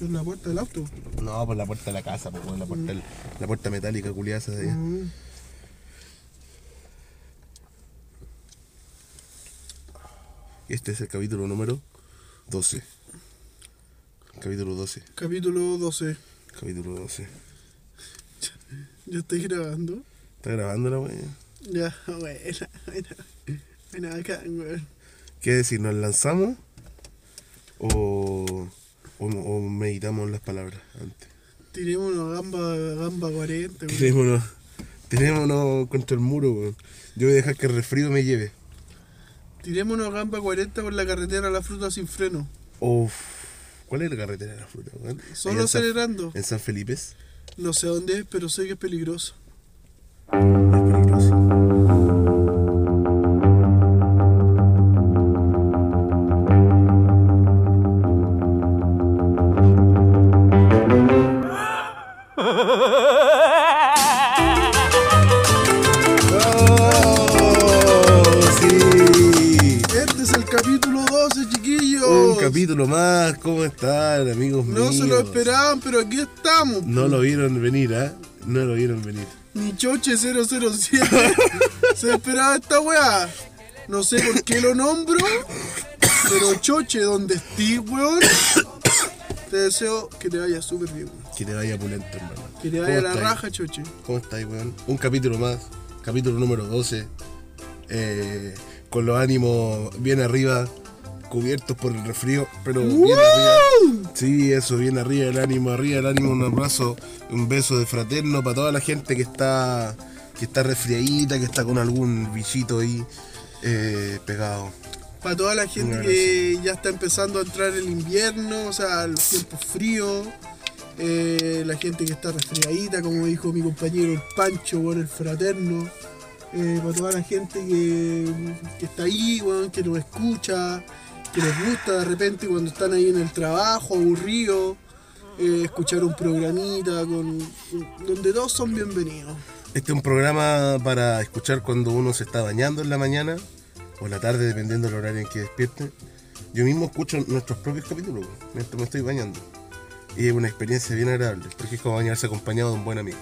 ¿En la puerta del auto? No, por la puerta de la casa, por la puerta, la puerta metálica culiada esa de allá. Mm. Este es el capítulo número 12. Capítulo 12. Capítulo 12. Capítulo 12. ¿Ya estoy grabando? ¿Está grabando la weá? Ya, buena, buena. Buena acá, weón. ¿Qué decir? ¿Nos lanzamos? ¿O, o, o meditamos las palabras antes? Tiremos una gamba, gamba 40, weón. Tirémonos, tirémonos contra el muro, weón. Yo voy a dejar que el resfrío me lleve. Tiremos una gamba 40 por la carretera a la fruta sin freno. Uf. ¿Cuál es la carretera de la fruta, weón? Solo Allá en San- acelerando. En San Felipe. Es No sé a dónde es, pero sé que es peligroso. Oh, peligroso. ¡Oh, sí! Este es el capítulo 12, chiquillos. Un capítulo más, ¿cómo están amigos No míos? se lo esperaban, pero aquí estamos. No lo vieron venir, ¿ah? No lo vieron venir. Ni Choche 007 se esperaba esta weá. No sé por qué lo nombro, pero Choche, donde estés, weón, te deseo que te vaya súper bien, weón. Que te vaya pulento, hermano. Que te ¿Cómo vaya la estáis? raja, Choche. ¿Cómo estáis, weón? Un capítulo más, capítulo número 12. eh, con los ánimos bien arriba, cubiertos por el resfrío, pero bien arriba. Sí, eso, bien arriba, el ánimo arriba, el ánimo, un abrazo, un beso de fraterno para toda la gente que está que está resfriadita, que está con algún bichito ahí eh, pegado. Para toda la gente Un que ya está empezando a entrar el invierno, o sea, los tiempos fríos, eh, la gente que está resfriadita, como dijo mi compañero el Pancho, weón, el fraterno. para toda la gente que, que está ahí, weón, que nos escucha, que les gusta de repente cuando están ahí en el trabajo, aburridos, eh, escuchar un programita con, donde todos son bienvenidos. Este es un programa para escuchar cuando uno se está bañando en la mañana o en la tarde, dependiendo del horario en que despierte. Yo mismo escucho nuestros propios capítulos güey, mientras me estoy bañando. Y es una experiencia bien agradable, porque es como bañarse acompañado de un buen amigo.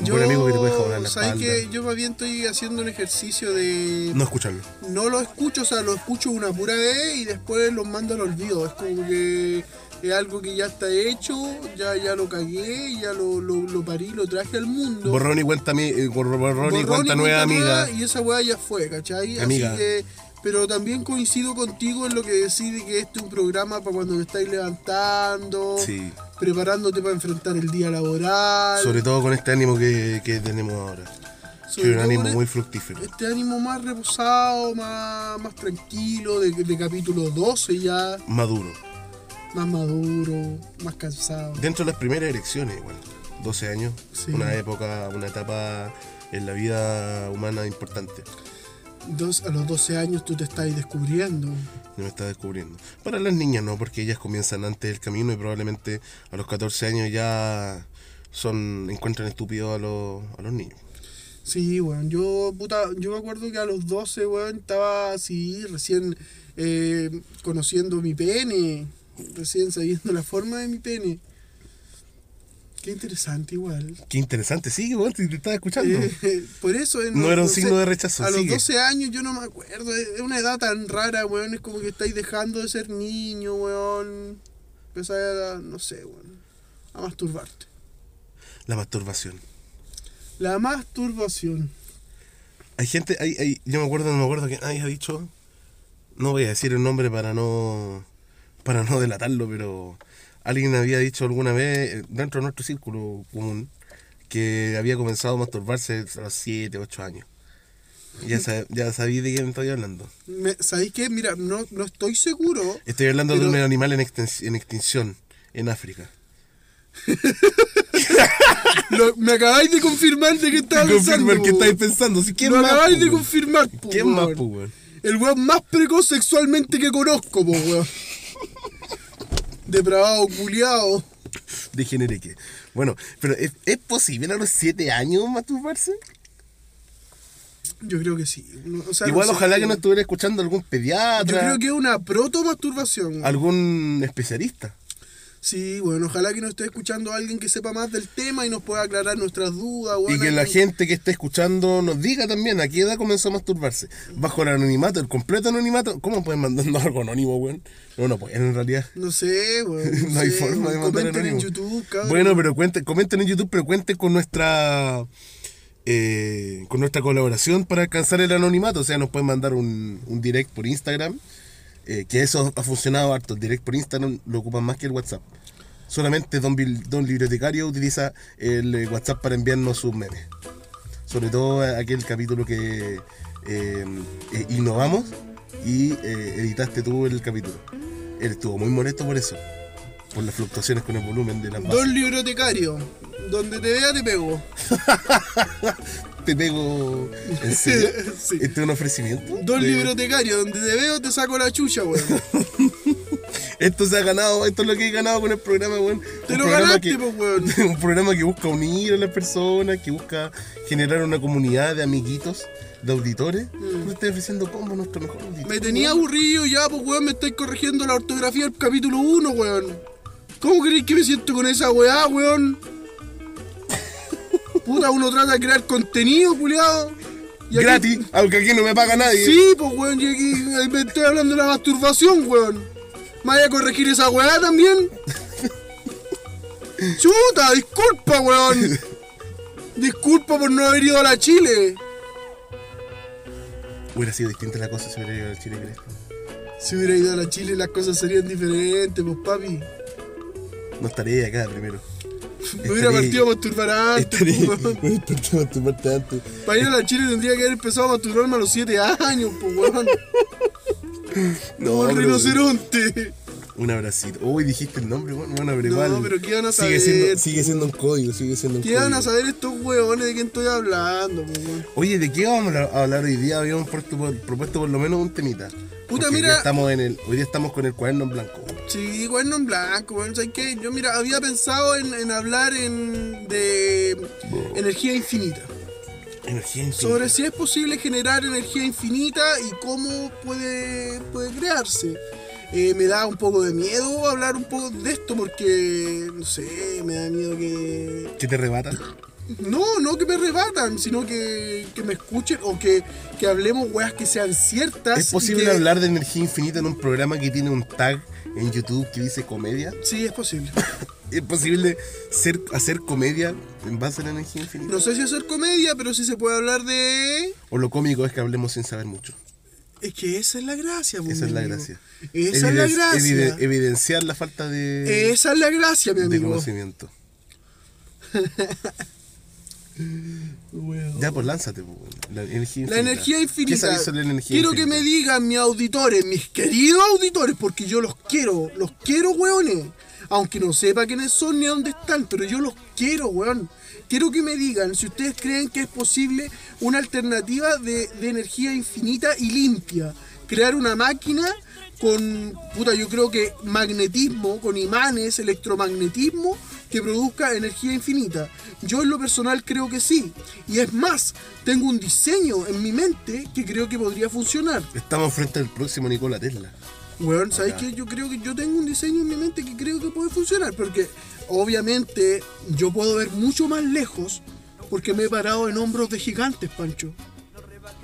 Un buen amigo que te puede jabonar la ¿sabes espalda. qué? Yo más bien estoy haciendo un ejercicio de... No escucharlo. no lo escucho, o sea, lo escucho una pura vez y después lo mando al olvido. Es como que es algo que ya está hecho, ya, ya lo cagué, ya lo, lo, lo parí, lo traje al mundo. Borrón y cuenta, mi, eh, borrón y Borrón y cuenta nueva, amiga. nueva, Y esa weá ya fue, ¿cachai? Amiga. Así que, pero también coincido contigo en lo que decís de que este es un programa para cuando te estáis levantando, Sí. preparándote para enfrentar el día laboral. Sobre todo con este ánimo que, que tenemos ahora. sobre Que es un todo ánimo con muy fructífero. este ánimo más reposado, más, más tranquilo, de, de capítulo 12 ya. Maduro. más maduro, más cansado. Dentro de las primeras elecciones, igual. 12 años. Sí. Una época, una etapa en la vida humana importante. Dos, a los 12 años tú te estás descubriendo. Yo me está descubriendo. Para las niñas no, porque ellas comienzan antes del camino y probablemente a los 14 años ya son encuentran estúpidos a los, a los niños. Sí, weón. Yo, puta, yo me acuerdo que a los 12, weón, estaba así, recién eh, conociendo mi pene. Recién sabiendo la forma de mi pene. Qué interesante, igual. Qué interesante, sí, weón, te te estaba escuchando. Eh, por eso. eh, No era un sé, signo de rechazo, A los sigue. 12 años yo no me acuerdo. Es es una edad tan rara, weón. Es como que estáis dejando de ser niño, weón. Empezar a, no sé, weón. A masturbarte. La masturbación. La masturbación. Hay gente, hay, hay, yo me acuerdo, no me acuerdo que nadie ha dicho, no voy a decir el nombre para no, para no delatarlo, pero alguien había dicho alguna vez, eh, dentro de nuestro círculo común, que había comenzado a masturbarse a los 7, 8 años. Ya, sab- ya sabía de quién estoy hablando. Me- ¿Sabéis qué? Mira, no, no estoy seguro. Estoy hablando de Pero- un animal en, extin- en extinción, en África. Lo- me acabáis de confirmar de que estaba pensando. Confirma, ¿qué weón. estáis pensando? Si, ¿Quién Lo más? acabáis po, de weón? confirmar, po, ¿Quién más, weón. po, weón? El weón más precoz sexualmente que conozco, po, weón. Depravado, culiado. Degeneré que. Bueno, pero ¿es, ¿es posible a los 7 años masturbarse? Yo creo que sí. No, o sea, Igual no sé, ojalá que no weón. estuviera escuchando algún Yo pediatra, creo que es una proto-masturbación. algún especialista. Sí, bueno, ojalá que nos esté escuchando alguien que sepa más del tema y nos pueda aclarar nuestras dudas. Y weón, que la algún- gente que esté escuchando nos diga también a qué edad comenzó a masturbarse. Bajo el anonimato, el completo anonimato. ¿Cómo pueden mandarnos algo anónimo, weón? No, no pueden en realidad. No sé, weón. No hay sé, forma de weón. mandar Comenten en anónimo. YouTube, cabrón. Bueno, pero cuenten, comenten en YouTube, pero cuenten con nuestra eh, con nuestra colaboración para alcanzar el anonimato. O sea, nos pueden mandar un, un direct por Instagram. eh, que eso ha funcionado harto. El direct por Instagram lo ocupan más que el WhatsApp. Solamente Don, Bil- Don Bibliotecario utiliza el eh, WhatsApp para enviarnos sus memes. Sobre todo a- aquel capítulo que eh, eh, innovamos y eh, editaste tú el capítulo. Él estuvo muy molesto por eso. Por las fluctuaciones con el volumen de las bases. Don Librotecario, donde te vea te pego. Te pego. ¿En serio? Sí. ¿Este es un ofrecimiento? Don De- Librotecario, donde te veo te saco la chucha, weón. Esto se ha ganado, esto es lo que he ganado con el programa, weón. Te Un lo programa ganaste, que- pues, weón. un programa que busca unir a las personas, que busca generar una comunidad de amiguitos, de auditores. Mm. No estoy ofreciendo combo nuestro mejor auditor. Me tenía aburrido ya, pues, weón, me estáis corrigiendo la ortografía del capítulo 1, weón. ¿Cómo creéis que me siento con esa weá, weón? Puta, uno trata de crear contenido, culiado. Gratis, aunque aquí no me paga nadie. Sí, pues, weón, yo aquí me estoy hablando de la masturbación, weón. ¿Me voy a corregir esa weá también? Chuta, disculpa, weón. Disculpa por no haber ido a la Chile. Hubiera sido distinta la cosa si hubiera llegado al Chile Crespo. Si hubiera ido a la Chile las cosas serían diferentes, pues, papi. No estaría acá primero. Me hubiera Estaría- partido a masturbar antes, Estaría- pues, weón. Hubiera partido a tu parte antes. Para ir a la Chile tendría que haber empezado a masturbarme a los 7 años, pues, weón. Como el pero- rinoceronte. Un abracito. Uy, dijiste el nombre, bueno, bueno, pero No, igual. pero ¿qué van a sigue saber? Siendo, sigue siendo un código, sigue siendo un ¿Qué código. van a saber estos weones de quién estoy hablando, pues, weón? Oye, ¿de qué vamos a hablar hoy día? Habíamos puesto por- propuesto por lo menos un temita. Porque hoy mira- día estamos en el, hoy día estamos con el cuaderno en blanco. Sí, cuerno en blanco, weón. ¿Sabes qué? Yo, mira, había pensado en, en hablar en, de energía infinita. Energía infinita. Sobre si es posible generar energía infinita y cómo puede, puede crearse. Eh, me da un poco de miedo hablar un poco de esto porque, no sé, me da miedo que... ¿Qué te arrebata? No, no que me rebatan, sino que, que me escuchen o que, que hablemos weas que sean ciertas. ¿Es y posible que- hablar de energía infinita en un programa que tiene un tag en YouTube que dice comedia? Sí, es posible. ¿Es posible ser, hacer comedia en base a la energía infinita? No sé si hacer comedia, pero sí se puede hablar de... ¿O lo cómico es que hablemos sin saber mucho? Es que esa es la gracia, pues, Esa es mi la amigo. gracia. Esa es la Eviden- gracia. eviden- evidenciar la falta de, Esa es la gracia, mi de amigo. conocimiento. Weón. Ya, pues lánzate. pues, weón. La energía infinita. La energía infinita. ¿Qué sabes sobre la energía quiero infinita? que me digan mis auditores, mis queridos auditores, porque yo los quiero, los quiero, weones. Aunque no sepa quiénes son ni dónde están, pero yo los quiero, weón. Quiero que me digan si ustedes creen que es posible una alternativa de, de energía infinita y limpia. Crear una máquina con, puta, yo creo que magnetismo, con imanes, electromagnetismo, que produzca energía infinita. Yo en lo personal creo que sí. Y es más, tengo un diseño en mi mente que creo que podría funcionar. Estamos frente al próximo Nikola Tesla. Weón, ¿sabes Acá. qué? Yo creo que yo tengo un diseño en mi mente que creo que puede funcionar, porque obviamente yo puedo ver mucho más lejos porque me he parado en hombros de gigantes, Pancho.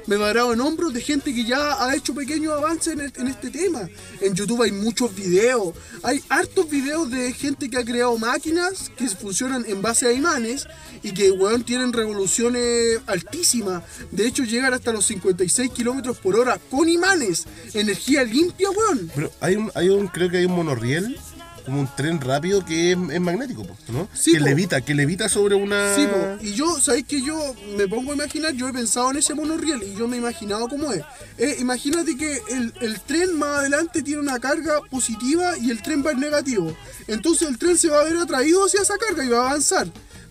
Me he parado en hombros de gente que ya ha hecho pequeños avances en, el- en este tema. En YouTube hay muchos videos, hay hartos videos de gente que ha creado máquinas que funcionan en base a imanes y que, weón, tienen revoluciones altísimas. De hecho, llegan hasta los 56 kilómetros por hora con imanes. Energía limpia, weón. Pero hay un, hay un, creo que hay un monorriel, como un tren rápido que es, es magnético, po, ¿no? Sí, que po. levita, que levita sobre una. Sí, po. y yo, ¿sabéis que yo me pongo a imaginar? Yo he pensado en ese monorriel y yo me he imaginado cómo es. Eh, imagínate que el, el tren más adelante tiene una carga positiva y el tren va en negativo. Entonces el tren se va a ver atraído hacia esa carga y va a avanzar.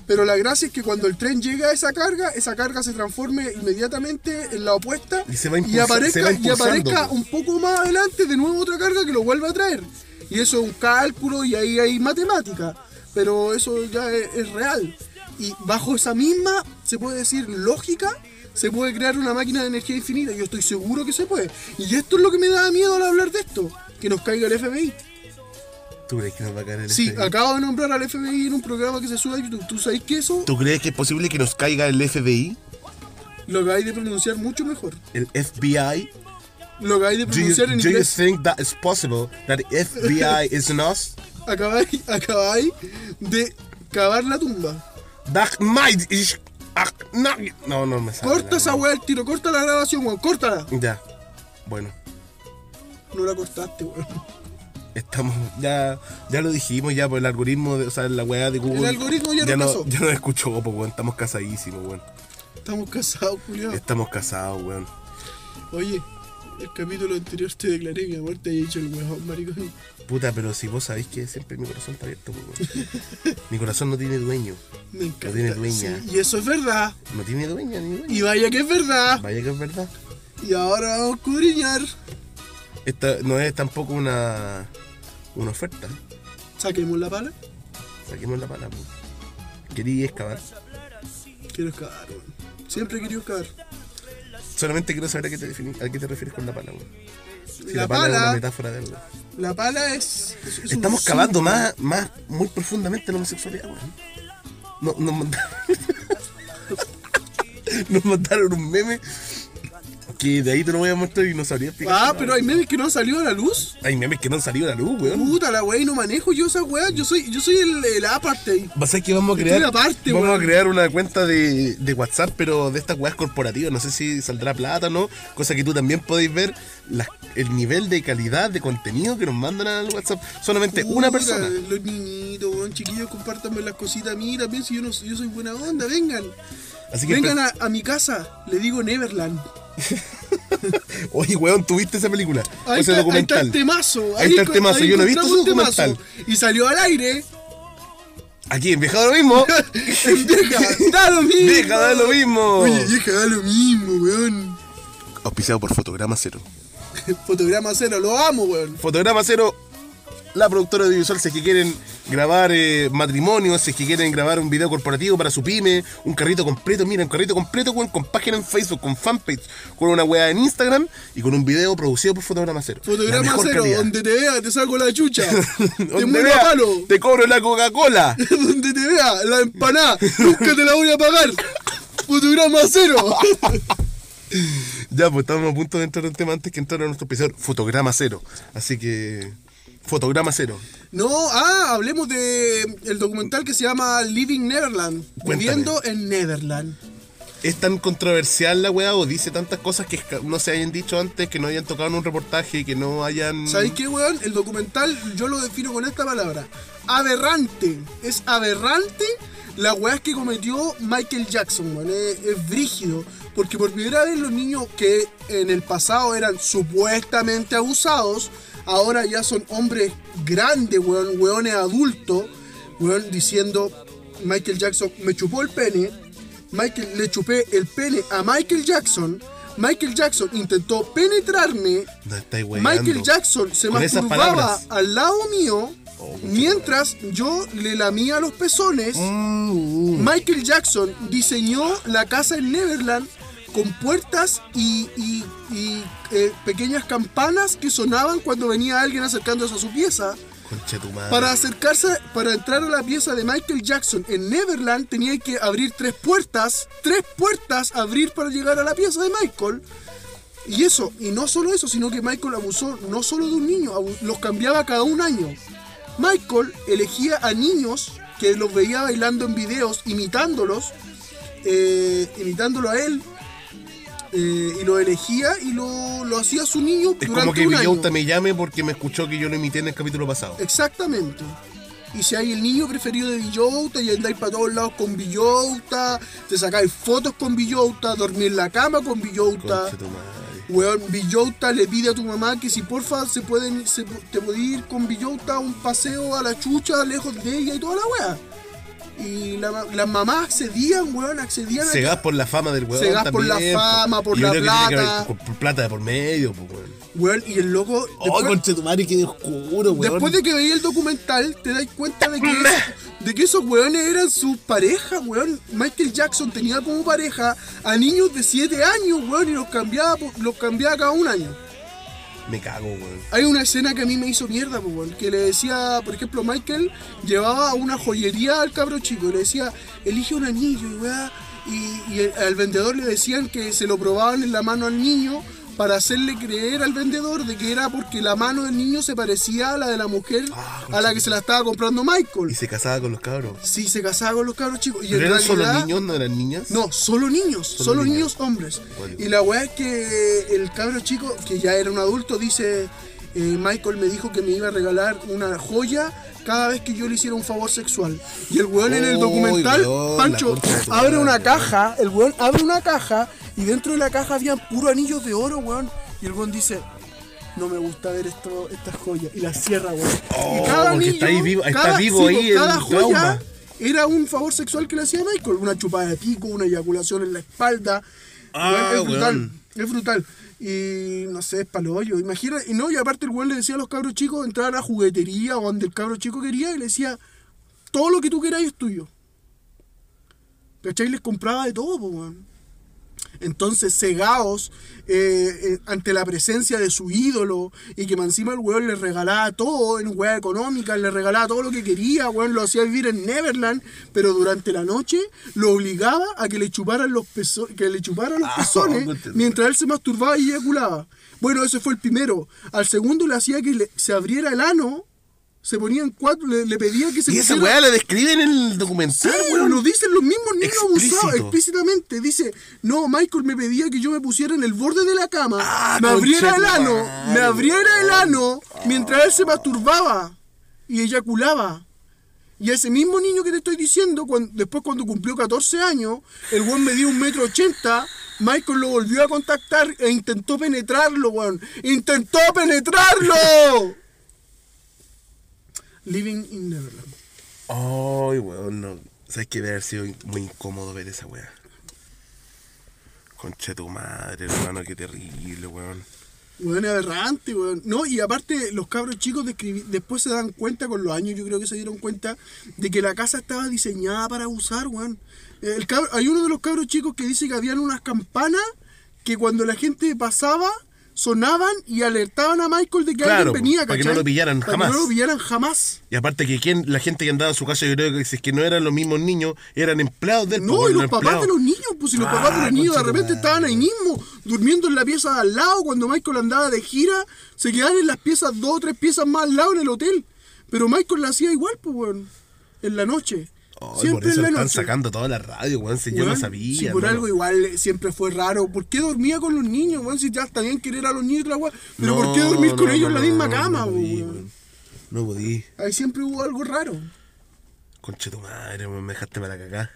Pero la gracia es que cuando el tren llega a esa carga, esa carga se transforme inmediatamente en la opuesta Y se va impulsa- aparezca, se va y aparezca impulsando, po. un poco más adelante de nuevo otra carga que lo vuelva a traer. Y eso es un cálculo y ahí hay matemática, pero eso ya es, es real. Y bajo esa misma, se puede decir, lógica, se puede crear una máquina de energía infinita. Yo estoy seguro que se puede. Y esto es lo que me da miedo al hablar de esto, que nos caiga el FBI. ¿Tú crees que nos va a caer el Sí, FBI? acabo de nombrar al FBI en un programa que se sube a YouTube. ¿Tú sabes que eso ¿Tú crees que es posible que nos caiga el FBI? lo acabáis de pronunciar mucho mejor? ¿El FBI? Lo acabáis de Do you, pronunciar en do you inglés. think that is possible that the FBI is in us? Acabáis, acabáis de cavar la tumba. That might is... ah, no, no, no me sale. Corta la- esa weá al tiro, corta la grabación, weón, córtala. Ya. Bueno, No la cortaste, weón. estamos... Ya ya lo dijimos ya por el algoritmo, de, o sea, la weá de Google. algoritmo ya no nos casó. Ya nos escuchó, po, weón. Estamos casadísimos, weón. Estamos casados, Julián. Estamos casados, weón. Oye, el capítulo anterior te declaré mi amor, te he dicho el weón, maricón. Puta, pero si vos sabéis que siempre mi corazón está abierto, po, weón. Mi corazón no tiene dueño. Me encanta. tiene dueña. Sí, y eso es verdad. No tiene dueña ni dueño. Y vaya que es verdad. Vaya que es verdad. Y ahora vamos a escudriñar. Esta no es tampoco una, una oferta. Saquemos la pala. Saquemos la pala. pues. Quería excavar. Quiero escalar, weón. Siempre he querido escalar. Solamente quiero saber a qué te, defini- a qué te refieres con la pala. weón. Si la, es una pala. metáfora de algo. la pala es. es- es un Estamos cavando símbolo. más, más, muy profundamente la homosexualidad, weón. No, nos manda- nos mandaron un meme que de ahí te lo voy a mostrar y no sabría explicar. Ah, pero hay memes que no han salido a la luz. Hay memes que no han salido a la luz, weón. Puta la wey, no manejo yo esa weá. Yo soy, yo soy el, el apartheid. Va a ser que vamos a Estoy crear. aparte, vamos weón. a crear una cuenta de, de WhatsApp, pero de estas weas corporativas. No sé si saldrá plata o no. Cosa que tú también podéis ver las- el nivel de calidad de contenido que nos mandan al WhatsApp. Solamente Puta, una persona. Los niñitos, weón, chiquillos, compártanme las cositas a mí también. Si yo, no, yo soy buena onda, vengan. Así que. Vengan a, a mi casa, le digo Neverland. Oye, weón, tuviste esa película. Ahí, está, este ese ahí está documental. el temazo. Ahí está el enco- temazo, yo no he visto ese encontramos un temazo. documental. Y salió al aire. Aquí, en Vieja da lo mismo. vieja, da lo mismo. Vieja da lo mismo. Oye, vieja, da lo mismo, weón. Auspiciado por Fotograma Cero. Fotograma cero, lo amo, weón. Fotograma Cero, la productora audiovisual, si es que quieren grabar eh, matrimonios, si es que quieren grabar un video corporativo para su pyme, un carrito completo, mira, un carrito completo weón, con página en Facebook, con fanpage, con una weá en Instagram y con un video producido por Fotograma Cero. La Fotograma mejor cero, calidad. donde te vea, te saco la chucha. te Donde muero vea, a palo. Te cobro la Coca-Cola. donde te vea, la empanada, nunca te la voy a pagar. Fotograma cero. Ya, pues estábamos a punto de entrar en un tema antes que entrar a nuestro episodio. Fotograma Cero. Así que. Fotograma Cero. No, ah, hablemos de el documental que se llama Living Neverland, Cuéntame. viviendo en Neverland. ¿Es tan controversial la weá o dice tantas cosas que esca- no se hayan dicho antes, que no hayan tocado en un reportaje, que no hayan. ¿Sabéis qué, weón? El documental yo lo defino con esta palabra. Aberrante. Es aberrante la weá que cometió Michael Jackson, weón. Es, es brígido. Porque por primera vez los niños que en el pasado eran supuestamente abusados, ahora ya son hombres grandes, weón, weones adultos, weón, diciendo, Michael Jackson me chupó el pene, Michael, le chupé el pene a Michael Jackson. Michael Jackson intentó penetrarme. No estáis weando. Michael Jackson se Con esas masturbaba palabras. al lado mío Oh, muchas mientras yo le lamía los pezones. Mm, mm. Michael Jackson diseñó la casa en Neverland con puertas y, y- y, eh, pequeñas campanas que sonaban cuando venía alguien acercándose a su pieza. Concha tu madre. Para acercarse, para entrar a la pieza de Michael Jackson en Neverland, tenía que abrir tres puertas, tres puertas abrir para llegar a la pieza de Michael. Y eso, y no solo eso, sino que Michael abusó no solo de un niño, abu- los cambiaba cada un año. Michael elegía a niños que los veía bailando en videos, imitándolos, eh, imitándolo a él, eh, y lo elegía y lo, lo hacía su niño durante Es como que un año. Villauta me llame porque me escuchó que yo lo imité en el capítulo pasado. Exactamente. Y si hay el niño preferido de Villota y andáis para todos lados con Villota, te sacáis fotos con Villota, dormir en la cama con Villota. Concha tu madre. Weón, Villota le pide a tu mamá que si porfa se pueden, se pu- te puede ir con Villota a un paseo a la chucha lejos de ella y toda la wea. Y la ma- las mamás accedían, weón, accedían a Cegas por la fama del weón. Cegas por la también, po. fama, por Y yo la creo que tiene que plata. haber- por- por plata de por medio, po, weón. Weón, y el loco. Oh, después- concha tu madre, qué oscuro, weón. Después de que veía el documental, te das cuenta de que, de que esos weones eran sus parejas, weón. Michael Jackson tenía como pareja a niños de 7 años, weón, y los cambiaba, por- los cambiaba cada un año. Me cago, weón. Hay una escena que a mí me hizo mierda, po, weón, que le decía, por ejemplo, Michael llevaba una joyería al cabro chico y le decía, elige un anillo, y weá, y, y el- al vendedor le decían que se lo probaban en la mano al niño para hacerle creer al vendedor de que era porque la mano del niño se parecía a la de la mujer Ah, a la que se la estaba comprando Y Michael. se casaba con los cabros. Sí, se casaba con los cabros chicos. Y ¿Pero en eran solo realidad- niños, no eran niñas? no, solo niños, solo, niños. niños. hombres. Bueno. Y la weá es que el cabro chico, que ya era un adulto, dice, eh, Michael me dijo que me iba a regalar una joya cada vez que yo le hiciera un favor sexual. Y el weón en el Uy, documental, weón, la Pancho, concha de tu abre una madre, caja, el weón abre una caja y dentro de la caja habían puro anillos de oro, weón. Y el weón dice... No me gusta ver esto, estas joyas. Y las cierra, weón. Oh, y cada porque está ahí vivo- está vivo po, ahí el cada joya trauma. era un favor sexual que le hacía Michael. Una chupada de pico, una eyaculación en la espalda. Ah, Weón, es brutal. weón. Es brutal. Y no sé, es palo hoyo. Imagina, y no, y aparte el weón le decía a los cabros chicos entrar a la juguetería o donde el cabro chico quería y le decía, todo lo que tú queráis es tuyo. ¿Cachai? Les compraba de todo, po, weón. Entonces, cegados eh, eh, ante la presencia de su ídolo y que más encima el weón le regalaba todo en weá económica, le regalaba todo lo que quería, weón, lo hacía vivir en Neverland, pero durante la noche lo obligaba a que le chuparan los pezones, que le chuparan los Ah, pezones no te- mientras él se masturbaba y eyaculaba. Bueno, ese fue el primero. Al segundo le hacía que le- se abriera el ano, se ponían cuatro, le, le pedía que se Y esa pusiera- weá la describen en el documental, Sí, weón. lo dicen los mismos niños Explícito. abusados explícitamente. Dice, no, Michael me pedía que yo me pusiera en el borde de la cama, Ah, me abriera concha el tu ano, madre, Oh. me abriera el weón. ano mientras él se masturbaba y eyaculaba. Y ese mismo niño que te estoy diciendo, cuan- después cuando cumplió 14 años, el weón medía un metro ochenta, Michael lo volvió a contactar e intentó penetrarlo, weón. ¡Intentó penetrarlo! Living in Neverland. Ay, weón, no. Sabes que debe haber sido muy incómodo ver esa weá. Concha de tu madre, hermano, qué terrible, weón. Weón, aberrante, weón. No, y aparte, los cabros chicos describi- después se dan cuenta, con los años yo creo que se dieron cuenta, de que la casa estaba diseñada para abusar, weón. El cab- hay uno de los cabros chicos que dice que habían unas campanas que cuando la gente pasaba, sonaban y alertaban a Michael de que Claro, alguien venía, para que ¿cachai? no lo pillaran Para jamás. que no lo pillaran jamás. Y aparte que quien, la gente que andaba en su casa, yo creo que si es que no eran los mismos niños, eran empleados del No, y los papás de los niños, pues si los Ah, papás de los niños de concha tu repente madre. estaban ahí mismo, durmiendo en la pieza de al lado, cuando Michael andaba de gira, se quedaban en las piezas, dos o tres piezas más al lado en el hotel. Pero Michael la hacía igual, pues, weón, en la noche. Ay, por siempre eso en la están noche. sacando toda la radio, weón. Si yo no Weón, sabía. Si por hermano. algo igual eh, siempre fue raro. ¿Por qué dormía con los niños, weón? Si ya está bien querer a los niños y la weá, Pero ¿por qué No, dormir con no, ellos en no, la misma no, cama, no podí, weón? weón. No podí. Ahí siempre hubo algo raro. Concha de tu madre, weón, me dejaste para cagar.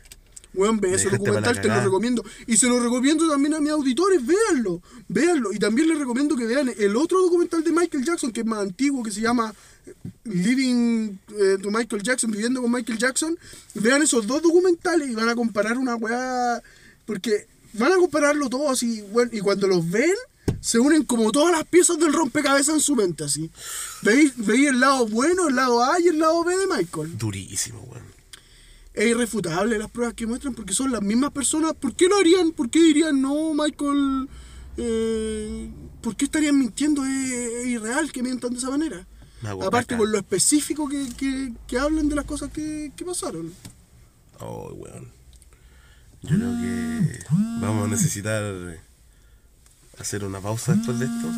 Weón, ve Me ese dejaste para documental, la te lo cagada. recomiendo. Y se lo recomiendo también a mis auditores, véanlo, véanlo. Y también les recomiendo que vean el otro documental de Michael Jackson, que es más antiguo, que se llama eh, Living eh, to Michael Jackson, Viviendo con Michael Jackson. Vean esos dos documentales y van a comparar una weá, porque van a compararlo todo así, weón, y cuando los ven, se unen como todas las piezas del rompecabezas en su mente, así. Veis, veis el lado bueno, el lado A y el lado B de Michael Durísimo, weón. es irrefutable las pruebas que muestran porque son las mismas personas. ¿Por qué lo harían? ¿Por qué dirían no, Michael? eh, ¿Por qué estarían mintiendo? Es, es irreal que mientan de esa manera. Me hago Aparte caca. con lo específico que, que, que hablan de las cosas que, que pasaron. Ay, weón. Yo creo que vamos a necesitar hacer una pausa después de esto.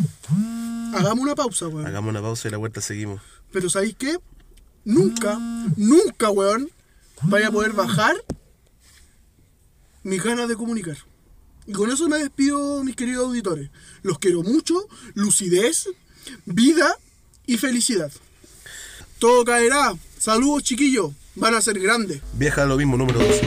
Hagamos una pausa, weón. Hagamos una pausa y la vuelta seguimos. Pero ¿sabéis qué? Nunca, nunca, weón, vaya a poder bajar mis ganas de comunicar. Y con eso me despido, mis queridos auditores. Los quiero mucho, lucidez, vida y felicidad. Todo caerá. Saludos, chiquillos. Van a ser grandes. Viaja lo mismo, número 12.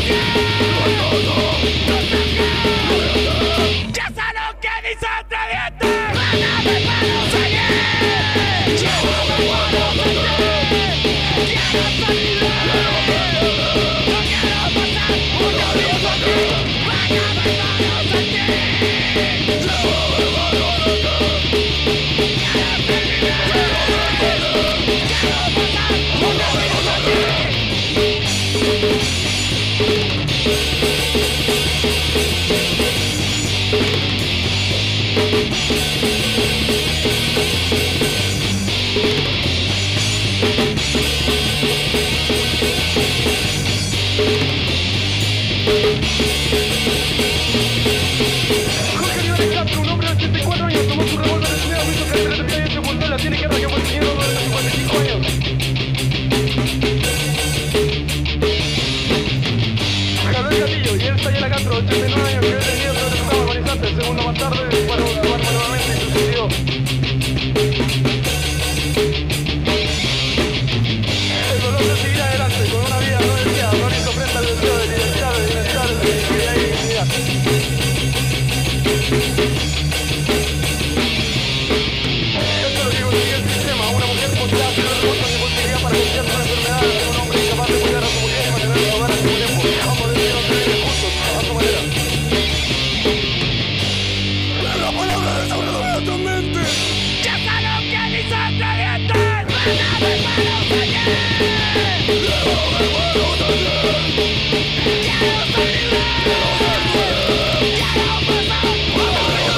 ¡Ya sabes lo que dice entre dientes! ¡Mátame, palo, señor! Jorge Rivera escapa, un hombre de 84 años tomó su revólver de dinero, hizo que el tren se voltó la tiene que arrancar por el señor Eduardo de 55 años. Jaló el gatillo y él salió Lacastro, 89 años, que había tenido otro atentado agonizante. Segundo más tarde, disparó su arma nuevamente y se suicidó. El dolor de seguir adelante con una vida no deseada, no le hizo frente al deseo de libertad, de bienestar, de felicidad y dignidad. Esto lo que consigue el sistema, una mujer postrada sin recursos ni posibilidad para lidiar con la enfermedad de un hombre incapaz de cuidar a su mujer y mantener su hogar a su tiempo. Ambos decidieron tener juntos, a su manera. La palabra de Saulo inmediatamente. ¡Ya saben que ni son creyentes! ¡Van a ver malos ayer! ¡Quiero salir! ¡Quiero pasar por la vida! ¡Van a ver malos ayer! ¡Quiero ver malos ayer! ¡Quiero salir! ¡Quiero pasar por la vida ayer!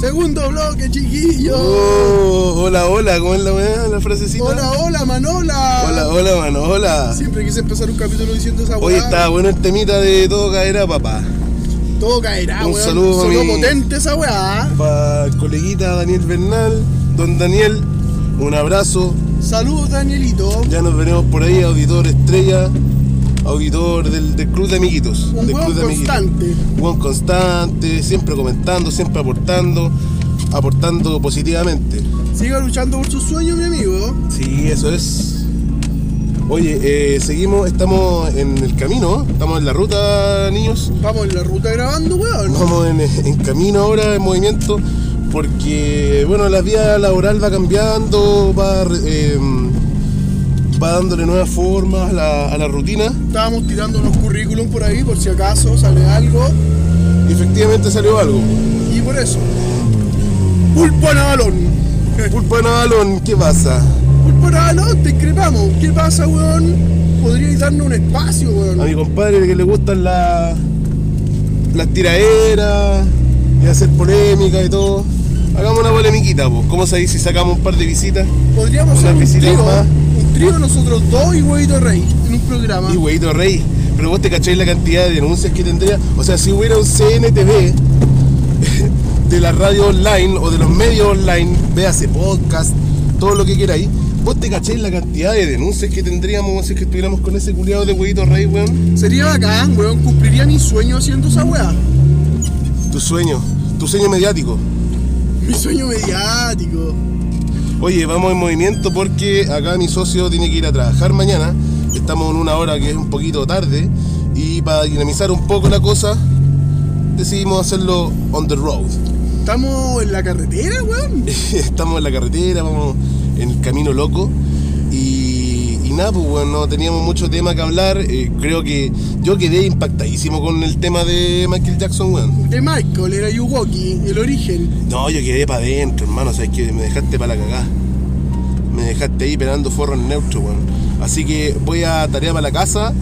Segundo bloque, chiquillo. Oh, hola, hola, ¿cómo es la, weá, la frasecita? Hola, hola, Manola. hola, hola, mano, hola. Siempre quise empezar un capítulo diciendo esa Hoy weá. está bueno el temita de todo caerá, papá. Todo caerá, Un weón. saludo a Sonó mi- potente esa weá. Para el coleguita Daniel Bernal, don Daniel, un abrazo. Saludos, Danielito. Ya nos veremos por ahí, auditor estrella, auditor del, del Club de Amiguitos. Un del weón Club de Amiguitos. constante. Buen constante, siempre comentando, siempre aportando, aportando positivamente. Siga luchando por sus sueños, mi amigo. Sí, eso es. Oye, eh, seguimos, estamos en el camino, estamos en la ruta, niños. Vamos en la ruta grabando, weón. Vamos en, en camino ahora, en movimiento, porque, bueno, la vida laboral va cambiando, va, eh, va dándole nuevas formas a la, a la rutina. Estábamos tirando unos currículum por ahí, por si acaso sale algo. Y efectivamente salió algo. Y por eso. Pulpo a balón. Pulpo de Navalón, ¿qué pasa? Pulpo a balón, te crepamos. ¿Qué pasa, weón? Podríais darnos un espacio, A weón. mi compadre que le gustan las las tiraderas y hacer polémica y todo. Hagamos una polemiquita, pues. ¿Cómo se dice si sacamos un par de visitas? Podríamos Una ser un visita trío. más. Un trío nosotros dos y huevito rey en un programa. Y huevito rey, pero vos te cacháis la cantidad de denuncias que tendría. O sea, si hubiera un CNTV de la radio online o de los medios online, véase podcast, todo lo que queráis, vos te cacháis la cantidad de denuncias que tendríamos si es que estuviéramos con ese culiado de huevito rey, weón. Sería bacán, weón. Cumpliría mi sueño haciendo esa weá. Tu sueño, tu sueño mediático. Mi sueño mediático. Oye, vamos en movimiento porque acá mi socio tiene que ir a trabajar mañana. Estamos en una hora que es un poquito tarde. Y para dinamizar un poco la cosa, decidimos hacerlo on the road. Estamos en la carretera, weón. Estamos en la carretera, vamos en el camino loco. Y, y nada, pues bueno, no teníamos mucho tema que hablar. Eh, creo que yo quedé impactadísimo con el tema de Michael Jackson, weón. De Michael era Yuwoki, el origen. No, yo quedé para adentro, hermano, sabes que me dejaste para la cagada. Me dejaste ahí pelando forro en neutro, weón. Así que voy a tarea para la casa.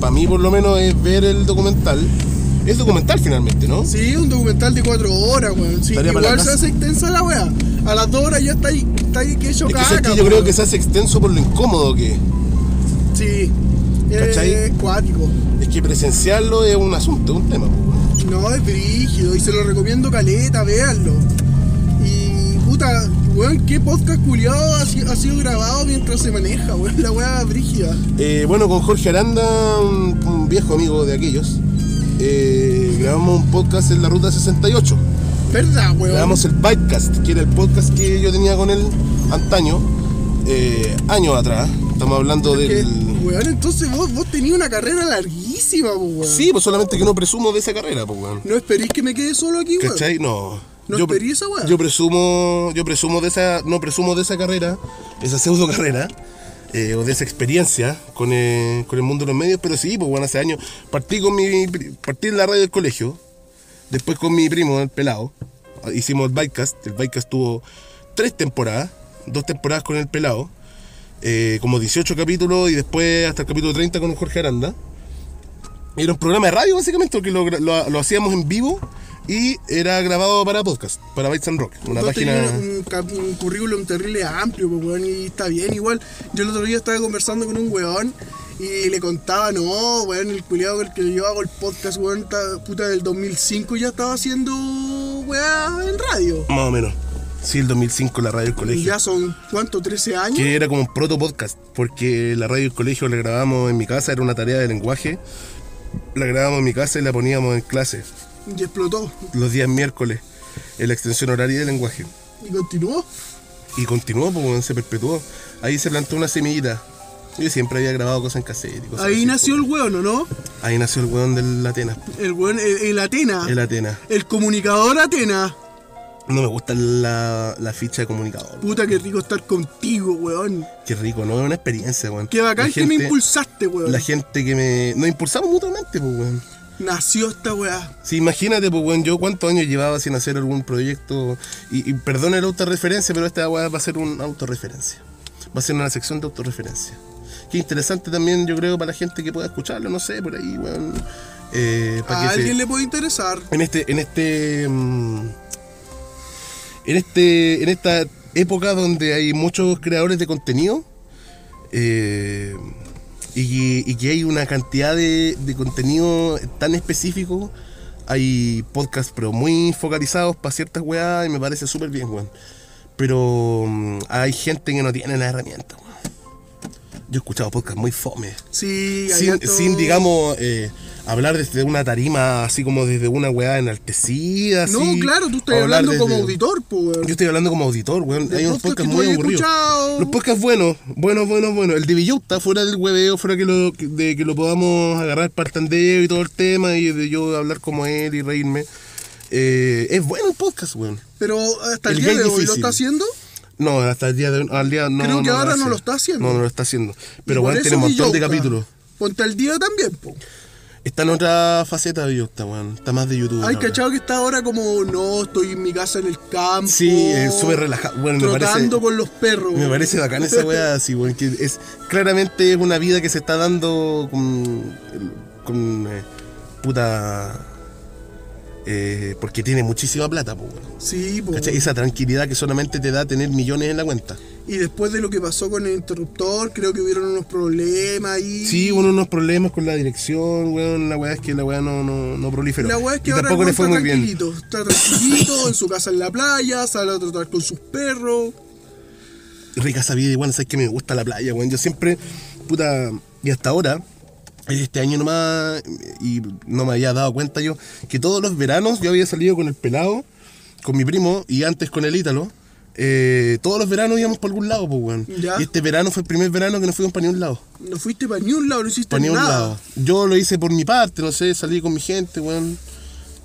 para mí, por lo menos, es ver el documental. Es documental finalmente, ¿no? Sí, un documental de cuatro horas, weón. Sí, Tarea para la igual se casa. hace extensa la weá. A las dos horas ya está ahí, está ahí que hecho es que, caca, sabes que yo weón. creo que se hace extenso por lo incómodo que es. Sí. Es ¿Cachai? Es cuático. Es que presenciarlo es un asunto, es un tema. po, weón. No, es brígido y se lo recomiendo caleta, véanlo. Y puta, weón, qué podcast culiado ha, si- ha sido grabado mientras se maneja, weón, la weá brígida. Eh, bueno, con Jorge Aranda, un, un viejo amigo de aquellos, eh, grabamos un podcast en la Ruta 68. ¿Verdad, weón? Grabamos el Bytecast, que era el podcast que yo tenía con él antaño, eh, años atrás. Estamos hablando Que, del... weón, entonces vos, vos tenías una carrera larguísima, po, weón. Sí, pues solamente que no presumo de esa carrera, pues, weón. No esperéis que me quede solo aquí, weón. ¿Cachai? No. ¿No pre- esperí esa weá? yo presumo, yo presumo de esa, no presumo de esa carrera, esa pseudo carrera, eh, o de esa experiencia con, eh, con el mundo de los medios, pero sí, pues bueno, hace años partí con mi, pri- partí en la radio del colegio, después con mi primo, el pelado, hicimos el Bytecast, el Bytecast tuvo tres temporadas, dos temporadas con el pelado, eh, como 18 capítulos y después hasta el capítulo 30 con Jorge Aranda. Era un programa de radio, básicamente, porque lo, gra- lo- lo hacíamos en vivo y era grabado para podcast, para Bites and Rock, una Vos página. tenés un, cap- un currículum terrible amplio, pues, weón, y está bien igual. Yo el otro día estaba conversando con un weón y le contaba, no, weón, el culiado con el que yo hago el podcast, weón, ta- puta del 2005 ya estaba haciendo weá en radio. Más o menos. Sí, el 2005, la radio del Y colegio. ya son, ¿cuánto? ¿13 años? Que era como un proto podcast, porque la radio del colegio la grabábamos en mi casa, era una tarea de lenguaje. La grabábamos en mi casa y la poníamos en clase, Y explotó. los días miércoles, en la extensión horaria de lenguaje. Y continuó. Y continuó, pues, weón, se perpetuó. Ahí se plantó una semillita. Yo siempre había grabado cosas en cassette. y cosas Ahí así, nació pues. el weón, ¿o no? Ahí nació el weón del Atenas. El weón, el, el Atena. El Atenas. El comunicador Atena. No me gusta la, la ficha de comunicador. Puta, qué rico estar contigo, weón. Qué rico, ¿no? Es una experiencia, weón. Qué bacán La que me gente- impulsaste, weón. La gente que me. Nos impulsamos mutuamente, pues, weón. Nació esta weá. Sí, imagínate, pues, weón, yo cuántos años llevaba sin hacer algún proyecto. Y, y perdona la autorreferencia, pero esta weá va a ser una autorreferencia. Va a ser una sección de autorreferencia. Qué interesante también, yo creo, para la gente que pueda escucharlo, no sé, por ahí, weón. Eh, para que A se- Ah, alguien le puede interesar. en este en este mm, en este en esta época donde hay muchos creadores de contenido eh, y, que- y que hay una cantidad de, de contenido tan específico hay podcasts pero muy focalizados para ciertas weas y me parece súper bien weón pero mm, hay gente que no tiene la herramienta weón. yo he escuchado podcasts muy fome Sí, hay sin, harto- sin, digamos, eh, hablar desde una tarima, así como desde una weá enaltecida. No, así, claro, tú estás o hablar hablando como desde- auditor, pues, Yo estoy hablando como auditor, weón. Del Hay unos podcast que podcasts tú muy hayas aburridos. escuchado. Los podcasts buenos, buenos, buenos, buenos. El de Villota, fuera del hueveo, fuera que lo, que- de que lo podamos agarrar para el tandeo y todo el tema, y de yo hablar como él y reírme. Eh, es bueno el podcast, weón. Pero hasta el, El día gay de hoy lo difícil. está haciendo. No, hasta el día de al día no. Creo que ahora no hace. lo está haciendo. No, no lo está haciendo. y Pero por weón, eso tiene un montón de Villota. capítulos. Ponte al día también, po. Está en otra faceta de Villota, weón. Está más de YouTube. Ay, ahora. cachado que está ahora como, no, estoy en mi casa en el campo. Sí, eh, súper relajado. Bueno, me parece- trotando con los perros. Me parece bacán esa weá, así, weón, que es claramente es una vida que se está dando con, con eh, puta... eh, porque tiene muchísima plata, po, weón. Sí, po. ¿Cachai? Esa tranquilidad que solamente te da tener millones en la cuenta. Y después de lo que pasó con el interruptor, creo que hubieron unos problemas ahí. Sí, uno unos problemas con la dirección, weón, la weá es que la weá no, no, no proliferó. La weá es que y ahora tampoco el le fue weón muy está bien. tranquilito. Está tranquilito en su casa en la playa, sale a trotar con sus perros. rica esa vida, igual, sabes que me gusta la playa, weón. Yo siempre, puta, y hasta ahora, este año nomás, y no me había dado cuenta yo, que todos los veranos yo había salido con el pelado, con mi primo, y antes con el ítalo. eh, todos los veranos íbamos por algún lado, pues, weón. Ya. Y este verano fue el primer verano que no fuimos para ningún lado. No fuiste para ni un lado, no hiciste Para ningún nada. lado. Yo lo hice por mi parte, no sé, salí con mi gente, weón.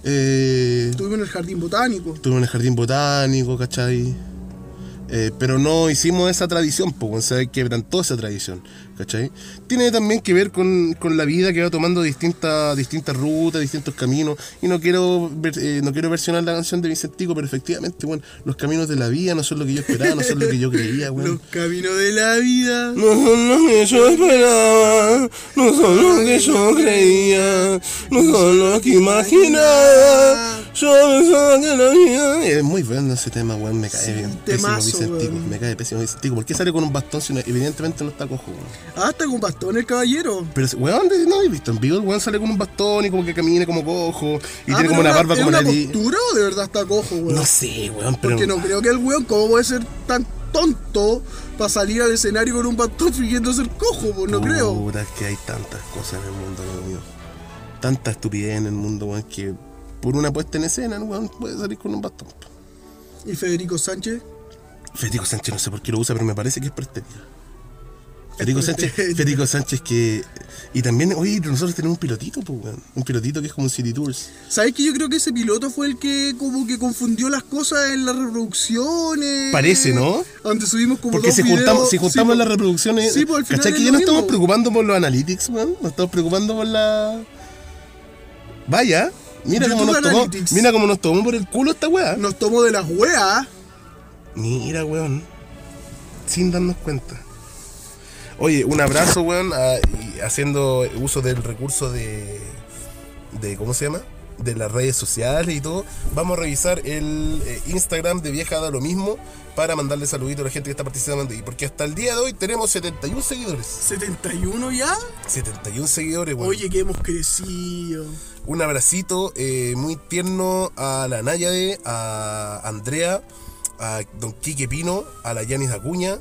Eh, Estuvimos en el jardín botánico. Estuve en el jardín botánico, ¿cachai? Eh, pero no hicimos esa tradición, pues, o sea, quebrantó esa tradición, ¿cachai? Tiene también que ver con, con la vida que va tomando distintas distintas rutas, distintos caminos. Y no quiero ver- eh, no quiero versionar la canción de Vicentico, pero efectivamente, bueno, los caminos de la vida no son lo que yo esperaba, no son lo que yo creía, weón. Los caminos de la vida. No son lo que yo esperaba, no son lo que yo creía, no son lo que imaginaba. Yo pensaba que la vida. Es muy bueno ese tema, weón. Me cae bien. Pésimo temazo, Vicentico. weón. Me cae pésimo Vicentico. ¿Por qué sale con un bastón si no- evidentemente no está cojo, weón? Hasta con bastón el caballero. Pero, weón, de- no he visto en vivo, el weón sale con un bastón y como que camina como cojo y tiene como una barba como la la Ah, ¿Es di- una postura o de verdad está cojo, weón? No sé, weón, pero. Porque no creo que el weón, ¿cómo puede ser tan tonto para salir al escenario con un bastón fingiendo ser cojo? weón? no creo. Puta, es que hay tantas cosas en el mundo, amigo mío. Tanta estupidez en el mundo, weón, que por una puesta en escena, el weón puede salir con un bastón. ¿Y Federico Sánchez? Federico Sánchez, no sé por qué lo usa, pero me parece que es portería. Federico Es Sánchez, portería. Federico Sánchez que. Y también, oye, nosotros tenemos un pilotito, pues, weón. Un pilotito que es como un City Tours. ¿Sabes que yo creo que ese piloto fue el que como que confundió las cosas en las reproducciones? Parece, ¿no? Donde subimos como Porque dos si juntamos, videos. si juntamos Sí, las reproducciones. sí, pues, al final ¿Cachai es que lo ya no mismo. estamos preocupando por los analytics, weón? Nos estamos preocupando por la. Vaya, mira cómo YouTube nos tomó. Analytics. Mira cómo nos tomó por el culo esta weá. Nos tomó de las weas. Mira, weón. Sin darnos cuenta. Oye, un abrazo, weón, a- y haciendo uso del recurso de, de. ¿Cómo se llama? De las redes sociales y todo. Vamos a revisar el eh, Instagram de Vieja Da Lo Mismo para mandarle saluditos a la gente que está participando. Y porque hasta el día de hoy tenemos 71 seguidores. ¿71 ya? 71 seguidores, weón. Oye, que hemos crecido. Un abracito eh, muy tierno a la Nayade, a Andrea, a Don Quique Pino, a la Yanis Acuña,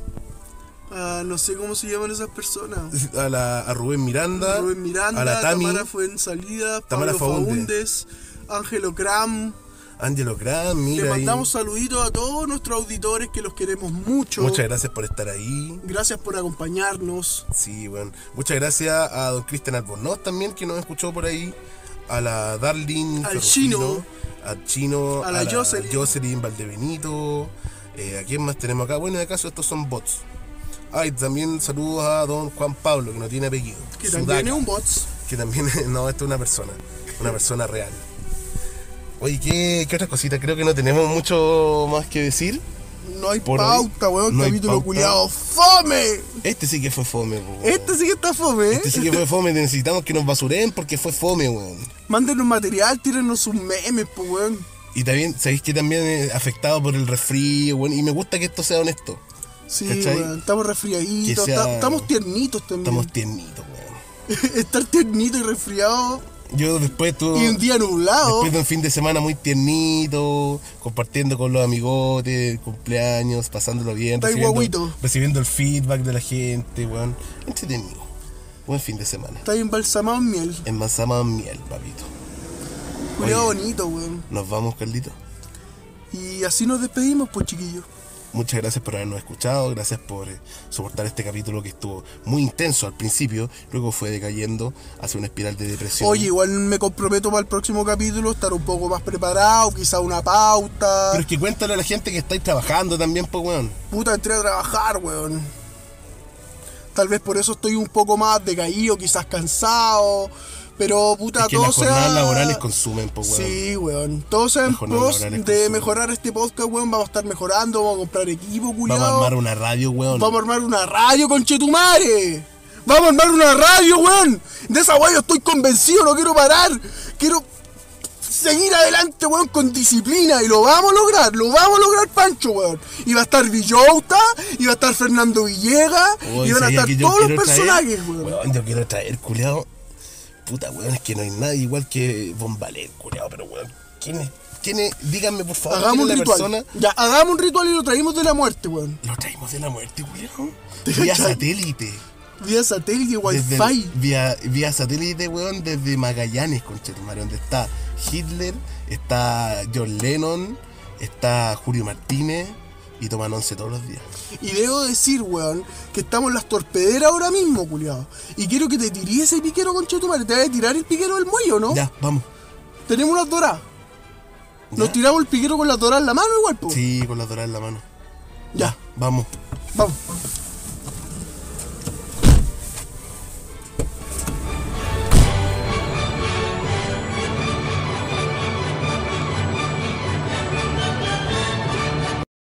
Ah, no sé cómo se llaman esas personas. a, la, a Rubén Miranda, Rubén Miranda, a la Tami, Tamara Fuensalida, Tamara Pablo Faúnde. Faúndes, Ángelo Cram. Angelo Gran, Le mira ahí. mandamos saluditos a todos nuestros auditores que los queremos mucho. Muchas gracias por estar ahí. Gracias por acompañarnos. Sí, bueno. Muchas gracias a don Cristian Albornoz también, que nos escuchó por ahí. A la Darlene. Al Ferrufino, Chino. Al Chino. A la Jocelyn. Jocelyn Valdebenito. Eh, ¿A quién más tenemos acá? Bueno, en el caso estos son bots. Ah, y también saludos a don Juan Pablo, que no tiene apellido. Que Sudaca. también es un bots. Que también, no, esto es una persona, una persona real. Oye, ¿qué, qué otras cositas? Creo que no tenemos mucho más que decir. No hay Por pauta, hoy, weón. no hay capítulo pauta. culiado. ¡Fome! Este sí que fue fome, weón. Este sí que está fome, ¿eh? Este sí que fue fome, necesitamos que nos basuren porque fue fome, weón. Mándenos material, tírenos sus memes, pues, weón. Y también, ¿sabéis que también eh, afectado por el resfrío, weón? Y me gusta que esto sea honesto. Sí, ¿Cachai? weón. Estamos resfriaditos. Que sea- ta- Estamos tiernitos también. Estamos tiernitos, weón. Estar tiernito y resfriado. Yo después tú. Y un día nublado. Después de un fin de semana muy tiernito, compartiendo con los amigotes, cumpleaños, pasándolo bien, Está ahí recibiendo, guaguito. recibiendo el feedback de la gente, weón. Entretenido. Buen fin de semana. Está embalsamado en miel. En Manzama Miel, papito. Culiado bonito, weón. Nos vamos, Carlito. Y así nos despedimos, pues, chiquillos. Muchas gracias por habernos escuchado, gracias por eh, soportar este capítulo que estuvo muy intenso al principio, luego fue decayendo hacia una espiral de depresión. Oye, igual me comprometo para el próximo capítulo estar un poco más preparado, quizá una pauta. Pero es que cuéntale a la gente que estáis trabajando también, pues, weón. Puta, entré a trabajar, weón. Tal vez por eso estoy un poco más decaído, quizás cansado. Pero puta, Es que todo las jornadas sea- laborales consumen, pues, weón. Sí, weón. Todo sea en Las jornadas pos laborales de consumen. mejorar este podcast, weón. Vamos a estar mejorando, vamos a comprar equipo, culiado. Vamos a armar una radio, weón. Vamos a armar una radio, conchetumare. Vamos a armar una radio, weón. De esa weón yo estoy convencido, no quiero parar. Quiero seguir adelante, weón, con disciplina. Y lo vamos a lograr, lo vamos a lograr, Pancho, weón. Y va a estar Villota, y va a estar Fernando Villegas, Oye, y van a ¿sabía estar que yo todos los quiero traer? personajes, weón. Yo quiero traer, culeado. Puta, weón, es que no hay nadie igual que Bombalet, culeado, pero weón. ¿Quién es? ¿Quién es? Díganme, por favor, Hagamos ¿quién es un la ritual. persona? Ya, hagamos un ritual y lo traímos de la muerte, weón. Lo traímos de la ¿Te muerte, culeado. Vía cachai? satélite. Vía satélite, Desde el- wifi. vía, vía satélite, weón, desde Magallanes, conchetumare, donde está Hitler, está John Lennon, está Julio Martínez y toman once todos los días. Y debo decir, weón, que estamos en las torpederas ahora mismo, culiado. Y quiero que te tiré ese piquero, conchetumare. Te vas a tirar el piquero del muelle, ¿o ¿no? Ya, vamos. Tenemos unas doradas. Nos Ya. tiramos el piquero con las doradas en la mano, igual, po. Sí, con la dorada en la mano. Ya, Vamos. vamos.